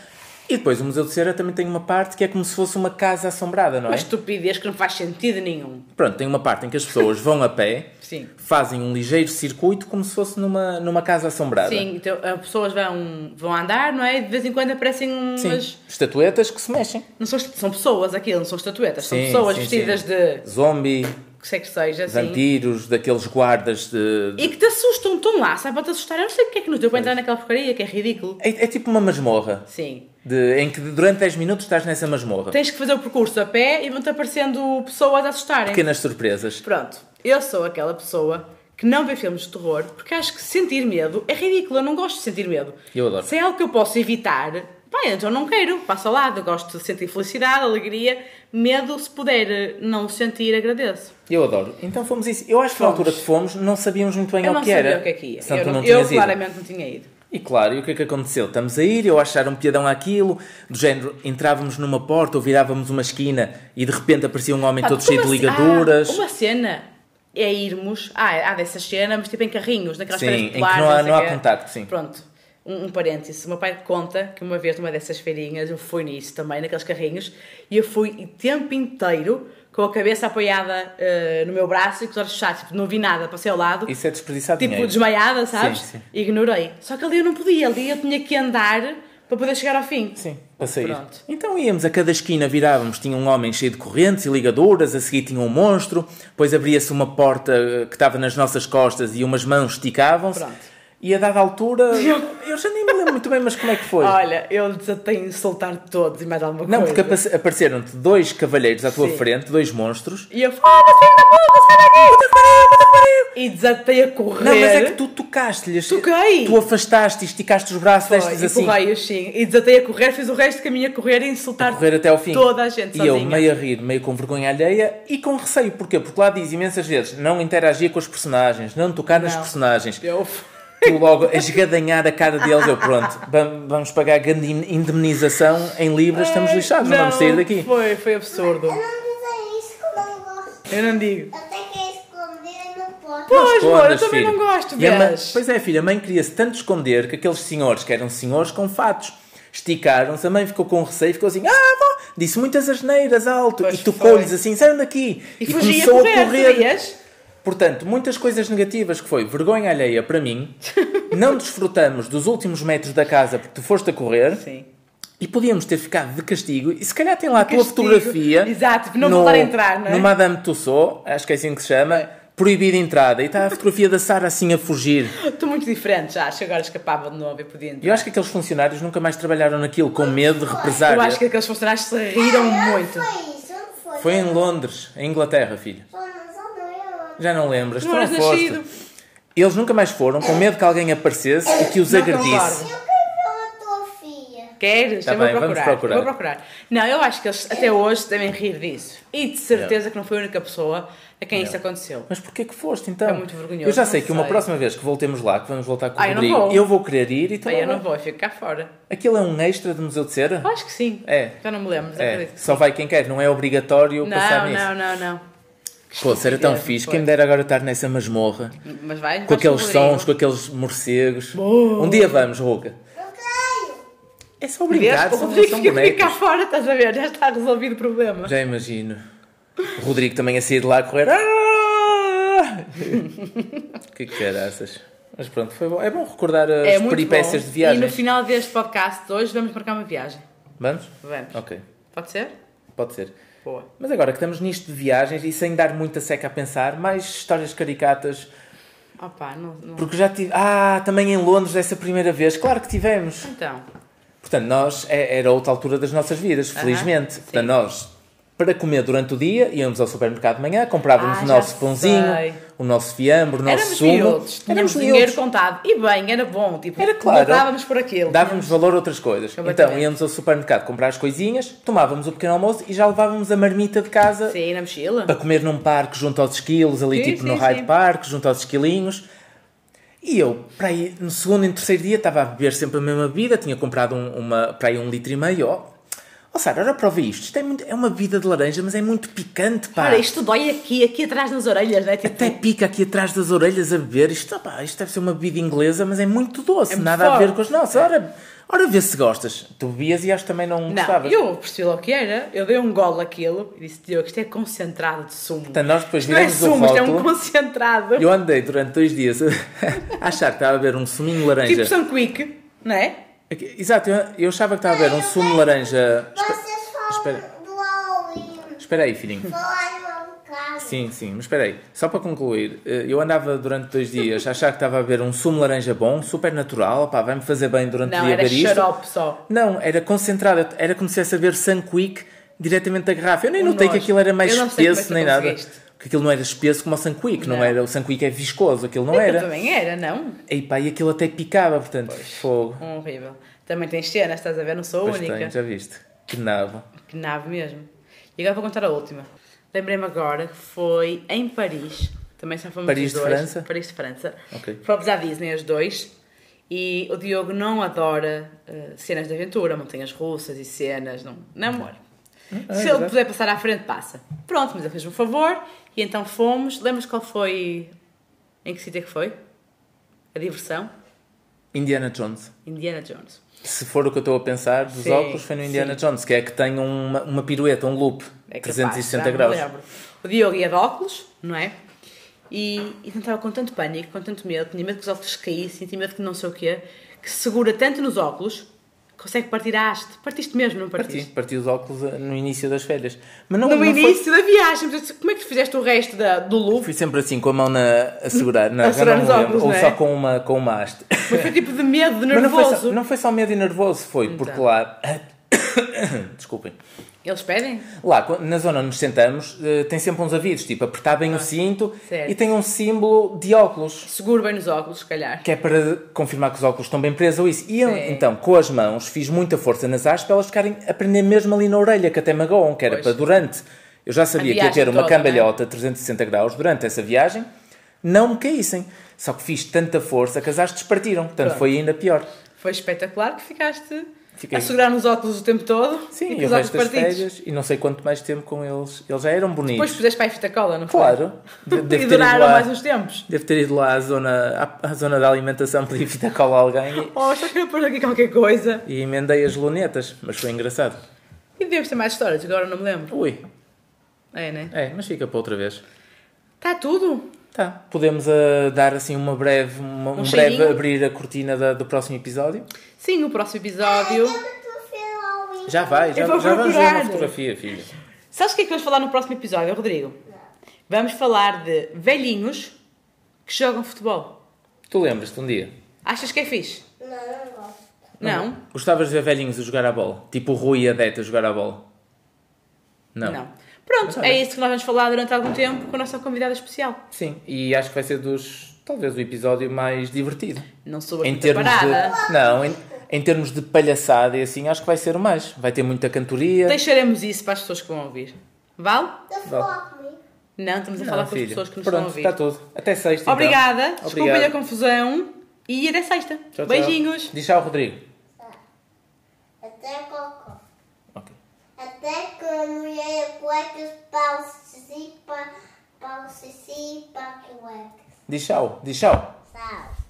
S3: E depois o Museu de Cera também tem uma parte que é como se fosse uma casa assombrada, não é?
S2: Uma estupidez que não faz sentido nenhum.
S3: Pronto, tem uma parte em que as pessoas vão a pé,
S2: Sim.
S3: fazem um ligeiro circuito como se fosse numa, numa casa assombrada.
S2: Sim, então, as pessoas vão, vão andar, não é? E de vez em quando aparecem umas.
S3: Sim. Estatuetas que se mexem.
S2: Não são, são pessoas aquilo, não são estatuetas,
S3: Sim,
S2: são pessoas
S3: sim,
S2: vestidas
S3: sim.
S2: de.
S3: Zombie,
S2: que sei que seja, assim.
S3: vampiros, daqueles guardas de. de-
S2: E que te assustam, estão lá, sabe? Para te assustar. Eu não sei porque é que nos deu para entrar naquela porcaria, que é ridículo.
S3: É, é tipo uma masmorra.
S2: Sim.
S3: de- em que durante 10 minutos estás nessa masmorra.
S2: Tens que fazer o percurso a pé e vão-te aparecendo pessoas a assustarem.
S3: Pequenas surpresas.
S2: Pronto, eu sou aquela pessoa que não vê filmes de terror porque acho que sentir medo é ridículo. Eu não gosto de sentir medo.
S3: Eu adoro.
S2: Se é algo que eu posso evitar, bem, então não quero. Passo ao lado. Eu gosto de sentir felicidade, alegria. Medo, se puder eh, não sentir, agradeço.
S3: Eu adoro. Então fomos isso. Eu acho que na
S2: Fomos.
S3: altura que fomos não sabíamos muito bem
S2: eu
S3: ao
S2: não
S3: que
S2: sabia
S3: era.
S2: o que é que ia.
S3: Senão
S2: eu
S3: tu
S2: não-
S3: não
S2: eu
S3: tinhas ido.
S2: claramente não tinha ido.
S3: E claro, e o que é que aconteceu? Estamos a ir, eu a achar um piadão àquilo, do género, entrávamos numa porta ou virávamos uma esquina e de repente aparecia um homem
S2: Pá,
S3: todo
S2: porque
S3: cheio de
S2: uma-
S3: ligaduras.
S2: Ah, uma cena é irmos. Ah, há dessa cena, mas tipo em carrinhos, naquelas
S3: Sim,
S2: feiras
S3: em que
S2: populares,
S3: não há-
S2: sei
S3: não há
S2: quê.
S3: contacto, sim.
S2: Pronto. Um, um parêntese. O meu pai conta que uma vez numa dessas feirinhas eu fui nisso também, naqueles carrinhos, e eu fui o tempo inteiro com a cabeça apoiada eh, no meu braço e com os olhos fechados, tipo, não vi nada, passei ao lado.
S3: Isso é desperdiçar
S2: Tipo,
S3: dinheiro.
S2: desmaiada, sabes?
S3: Sim, sim.
S2: Ignorei. Só que ali eu não podia, ali eu tinha que andar para poder chegar ao fim.
S3: Sim, para sair.
S2: Pronto.
S3: Então íamos a cada esquina, virávamos, tinha um homem cheio de correntes e ligaduras, a seguir tinha um monstro, depois abria-se uma porta eh, que estava nas nossas costas e umas mãos esticavam-se.
S2: Pronto.
S3: E a dada altura, eu já nem me lembro muito bem, mas como é que foi?
S2: Olha, eu desatei a insultar todos e mais alguma
S3: Não,
S2: coisa.
S3: porque apa- apareceram-te dois cavaleiros à tua
S2: Sim.
S3: frente, dois monstros.
S2: E eu falo, você ainda puta, sai daqui! Puta E desatei a correr.
S3: Não, mas é que tu tocaste-lhes.
S2: Toquei.
S3: Tu afastaste e esticaste os braços,
S2: Foi,
S3: destes
S2: e
S3: assim.
S2: correi, sim. E desatei a correr, fiz o resto do caminho a correr e insultar
S3: Correr até ao fim.
S2: toda a gente
S3: E eu,
S2: sozinha.
S3: meio a rir, meio com vergonha alheia e com receio. Porquê? Porque lá diz imensas vezes: não interagir com os personagens, não tocar nos
S2: Não.
S3: personagens.
S2: Eu...
S3: Tu logo a esgadanhar a cara deles, eu pronto, vam- vamos pagar grande in- indemnização em libras, estamos lixados, não,
S2: Não,
S3: vamos sair daqui.
S2: Foi, foi absurdo.
S1: Eu não sei isso que eu não gosto.
S2: Eu não digo.
S1: Eu tenho que esconder e não posso.
S2: Pô, Pois, amor, eu
S3: Escondas,
S2: também não gosto,
S3: E a mãe-
S2: vês?
S3: Pois é, filha, a mãe queria-se tanto esconder que aqueles senhores, que eram senhores com fatos, esticaram-se, a mãe ficou com receio, ficou assim, ah, vó, disse muitas asneiras alto,
S2: Pois
S3: e tocou-lhes
S2: foi.
S3: assim, saiam daqui,
S2: E, fugi a correr, sabias?
S3: Portanto, muitas coisas negativas que foi vergonha alheia para mim, não desfrutamos dos últimos metros da casa porque tu foste a correr
S2: Sim.
S3: e podíamos ter ficado de castigo e se calhar tem lá a tua
S2: castigo.
S3: fotografia.
S2: Exato, não voltar a entrar, não é?
S3: No Madame Tussauds, acho que é assim que se chama, proibida entrada e está a fotografia da Sara assim a fugir.
S2: Estou muito diferente já, acho que agora escapava de novo e podia
S3: Eu
S2: entrar.
S3: acho que aqueles funcionários nunca mais trabalharam naquilo com medo de represália.
S2: Eu acho que aqueles funcionários se riram muito.
S1: Não foi isso, não foi.
S3: Foi em Londres, em Inglaterra, filho.
S1: Só não, só não eu.
S3: Já não lembras, tu
S2: Não eras
S3: não foste.
S2: nascido.
S3: Eles nunca mais foram com medo que alguém aparecesse e que os
S2: Não
S3: agredisse.
S2: concordo.
S1: Eu quero ver a tua filha.
S2: Queres?
S3: Tá
S2: Eu vou
S3: bem, vamos
S2: procurar.
S3: procurar.
S2: Vou procurar. Não, eu acho que eles até hoje devem rir disso. E de certeza que não foi a única pessoa a quem isso aconteceu.
S3: Mas porquê que foste então?
S2: É muito vergonhoso,
S3: Eu já sei
S2: não
S3: que uma
S2: sei.
S3: próxima vez que voltemos lá, que vamos voltar com o
S2: Ah, eu não
S3: Rodrigo,
S2: vou.
S3: eu vou querer ir e
S2: Bem,
S3: também.
S2: eu não vou, eu fico cá fora.
S3: Aquilo é um extra do Museu de Cera?
S2: Eu acho que sim.
S3: É.
S2: Já não me lembro, mas
S3: É,
S2: acredito que sim.
S3: só vai quem quer, não é obrigatório passar
S2: Não,
S3: nisso.
S2: não, não, não.
S3: Pô, se era tão
S2: É,
S3: fixe,
S2: foi. um
S3: quem me dera agora estar nessa masmorra,
S2: Mas vai.
S3: com aqueles sons, com aqueles morcegos. Um dia vamos, Ruga.
S1: Não creio.
S3: É só brincar,
S2: O
S3: são,
S2: Rodrigo
S3: são
S2: fica fica cá
S3: bonecos.
S2: fora, estás a ver? Já está resolvido o problema.
S3: Já imagino. O Rodrigo também a sair de lá a correr. Ah! que caraças. Mas pronto, foi bom. É bom recordar as
S2: é muito
S3: peripécias
S2: bom. E
S3: de viagem.
S2: no final deste podcast de hoje vamos marcar uma viagem.
S3: Vamos?
S2: Vamos.
S3: Ok,
S2: Pode ser?
S3: pode ser.
S2: Boa.
S3: Mas agora que estamos nisto de viagens e sem dar muita seca a pensar, mais histórias caricatas.
S2: Opa, não. não-
S3: Porque já tive. Ah, também em Londres, essa primeira vez. Claro que tivemos.
S2: Então.
S3: Portanto, nós. é- Era outra altura das nossas vidas, felizmente.
S2: sim.
S3: Portanto, nós. Para comer durante o dia, íamos ao supermercado de manhã, comprávamos
S2: Ah,
S3: o
S2: já
S3: nosso pãozinho,
S2: sei.
S3: o nosso fiambre, o nosso
S2: Éramos
S3: sumo.
S2: miúdos, tínhamos dinheiro contado. E bem, era bom. Tipo,
S3: Era claro.
S2: Dávamos por aquilo.
S3: Dávamos valor a outras coisas. Então
S2: Completamente.
S3: íamos ao supermercado comprar as coisinhas, tomávamos o pequeno almoço e já levávamos a marmita de casa
S2: Sim, na mochila.
S3: para comer num parque junto aos esquilos, ali
S2: Sim,
S3: tipo
S2: sim,
S3: no
S2: sim.
S3: Hyde Park, junto aos esquilinhos. E eu, para aí, no segundo e no terceiro dia, estava a beber sempre a mesma bebida, tinha comprado um- uma, para aí um litro e meio, ó. Oh, Sara, ora prova isto. Isto é, muito- é uma bebida de laranja, mas é muito picante, pá.
S2: Olha, isto dói aqui, aqui atrás nas orelhas, não é? Tipo,
S3: Até pica aqui atrás das orelhas a beber. Isto, opá, isto deve ser uma bebida inglesa, mas é muito doce.
S2: muito
S3: nada a
S2: forte.
S3: ver com as nossas. Ora, ora vê se gostas. Tu bebias e acho que também não,
S2: Não,
S3: gostavas.
S2: eu percebi logo o que era. Eu dei um golo àquilo e disse, Diogo, isto é concentrado de sumo.
S3: Portanto, nós depois
S2: Isto não é
S3: viramos o
S2: sumo, isto é um
S3: rótulo.
S2: concentrado. Tipo
S3: Eu andei durante dois dias a achar que estava a beber um suminho de laranja.
S2: Tipo São Quick, não é?
S3: Aqui- Exato, eu, eu achava que estava a beber um sumo de laranja. Espe-
S1: Vocês falam
S3: espera.
S1: do Halloween.
S3: Espera aí, filhinho.
S1: Falaram um bocado.
S3: Sim, sim, mas espera aí. Só para concluir, eh, eu andava durante dois dias a achar que estava a beber um sumo de laranja bom, super natural, pá, vai-me fazer bem durante o
S2: Não,
S3: dia
S2: era
S3: beber isto.
S2: xarope só.
S3: Não, era concentrado, era como se fosse a beber Sunquick diretamente da garrafa. Eu nem
S2: Um
S3: notei que
S2: nojo.
S3: aquilo era mais
S2: Eu não sei como é que
S3: espesso
S2: tu
S3: nem nada.
S2: conseguiste.
S3: Que aquilo não era espesso como o Sunquick, não,
S2: Não.
S3: era. O Sunquick é viscoso, aquilo não
S2: Aquilo
S3: era.
S2: também era, não?
S3: E pá, e aquilo até picava, portanto, fogo.
S2: Um horrível. Também tens cenas, estás a ver? Não sou a
S3: Pois
S2: única.
S3: tem, já viste. Que nabo.
S2: Que nave mesmo. E agora vou contar a última. Lembrei-me agora que foi em Paris. Também só fomos
S3: Paris
S2: os
S3: de
S2: dois.
S3: França?
S2: Paris de França.
S3: Ok.
S2: Fomos à Disney os dois. E o Diogo não adora eh, cenas de aventura, montanhas russas e cenas. Não, não amor.
S3: Uhum. é
S2: Se ele
S3: verdade.
S2: puder passar à frente, passa. Pronto, mas ele fez um favor. E então fomos. Lembras qual foi... Em que sítio é que foi? A diversão?
S3: Indiana Jones.
S2: Indiana Jones.
S3: Se for o que eu estou a pensar, dos
S2: Sim,
S3: óculos foi no Indiana Jones, que é que tem uma, uma pirueta, um loop,
S2: É capaz,
S3: 360
S2: já me
S3: graus.
S2: lembro. O Diogo ia de óculos, não é? E, e então estava com tanto pânico, com tanto medo, tinha medo que os óculos caíssem, tinha medo que não sei o quê, que se segura tanto nos óculos, que consegue partir a haste. Partiste mesmo, não partiste?
S3: Parti, parti os óculos eh, no início das férias. Mas não,
S2: No
S3: não foi-
S2: início da viagem, mas como é que tu fizeste o resto da- do loop?
S3: Fui sempre assim, com a mão na, a segurar, não,
S2: A
S3: já
S2: segurar
S3: não me
S2: nos
S3: lembro,
S2: óculos,
S3: ou
S2: não é?
S3: só com uma, com uma haste.
S2: Mas foi tipo de medo, de
S3: Mas não foi, só,
S2: nervoso. Então.
S3: não foi só medo e nervoso, foi porque lá. Desculpem.
S2: Eles pedem?
S3: Lá, qu- na zona onde nos sentamos, eh, tem sempre uns avisos, tipo apertar bem o cinto
S2: Ah, certo.
S3: e tem um símbolo de óculos,
S2: Seguro bem nos óculos, se calhar.
S3: que é para confirmar que os óculos estão bem presos ou isso. E eu,
S2: Sim.
S3: então, com as mãos, fiz muita força nas hastes para elas ficarem a prender mesmo ali na orelha, que até magoam, que era
S2: Pois.
S3: para durante. Eu já sabia que ia
S2: viagem
S3: ter uma
S2: toda, é?
S3: cambalhota a 360 graus durante essa viagem, não me caíssem. Só que fiz tanta força que as hastes partiram, portanto
S2: Pronto.
S3: foi ainda pior.
S2: Foi espetacular que ficaste
S3: Fiquei.
S2: a segurar nos óculos o tempo todo
S3: Sim,
S2: e
S3: e,
S2: com os
S3: o
S2: óculos
S3: resto das
S2: partidos.
S3: férias, e não sei quanto mais tempo com eles. Eles já eram bonitos.
S2: Depois puseste para a fita cola, não foi?
S3: Claro. De- Devo
S2: e
S3: ter, ido
S2: duraram
S3: lá,
S2: mais uns tempos.
S3: devo ter ido lá à zona, à, à zona da alimentação pedir fita cola a alguém
S2: Oh, só queria pôr aqui qualquer coisa.
S3: e, e emendei as lunetas, mas foi engraçado.
S2: E devemos ter mais histórias, agora não me lembro.
S3: Ui,
S2: É, né?
S3: é, mas fica para outra vez.
S2: Está tudo.
S3: Tá, podemos ah, dar assim uma breve, uma- um, breve
S2: cheirinho?
S3: abrir a cortina da- do próximo episódio.
S2: Sim, o
S1: É,
S2: próximo episódio.
S3: Já vai, já,
S2: Eu vou
S3: já vamos ver uma
S2: procurar.
S3: fotografia, filho.
S2: Sabes o que é que vamos falar no próximo episódio, Rodrigo? Vamos falar de velhinhos que jogam futebol.
S3: Tu lembras-te um dia?
S2: Achas que é fixe?
S1: Não, não gosto.
S2: Não?
S3: Gostavas de ver velhinhos a jogar a bola? Tipo o Rui e a Deta a jogar a bola? Não.
S2: Pronto,
S3: Não.
S2: é isso que nós vamos falar durante algum tempo com a nossa convidada especial.
S3: Sim, e acho que vai ser dos. talvez o episódio mais divertido.
S2: Não sou a
S3: em
S2: quinta
S3: termos
S2: parada.
S3: de. Não, em, em termos de palhaçada e assim, acho que vai ser o mais. Vai ter muita cantoria.
S2: Deixaremos isso para as pessoas que vão ouvir. Vale?
S1: Tá só comigo.
S2: Não, estamos a
S3: Não,
S2: falar com as
S3: filho.
S2: pessoas que nos estão
S3: Pronto,
S2: a
S3: está
S2: ouvir.
S3: tudo. Até sexta. então.
S2: Obrigada, desculpem
S3: Obrigado.
S2: a confusão e até sexta.
S3: Tchau, tchau.
S2: Beijinhos.
S3: Diz tchau, Rodrigo.
S1: Até cocô.
S3: Ok.
S1: Até que a mulher cuecas para o Cici, para, para o Cici, para cuecas.
S3: Diz tchau. Diz tchau.
S1: Sabe?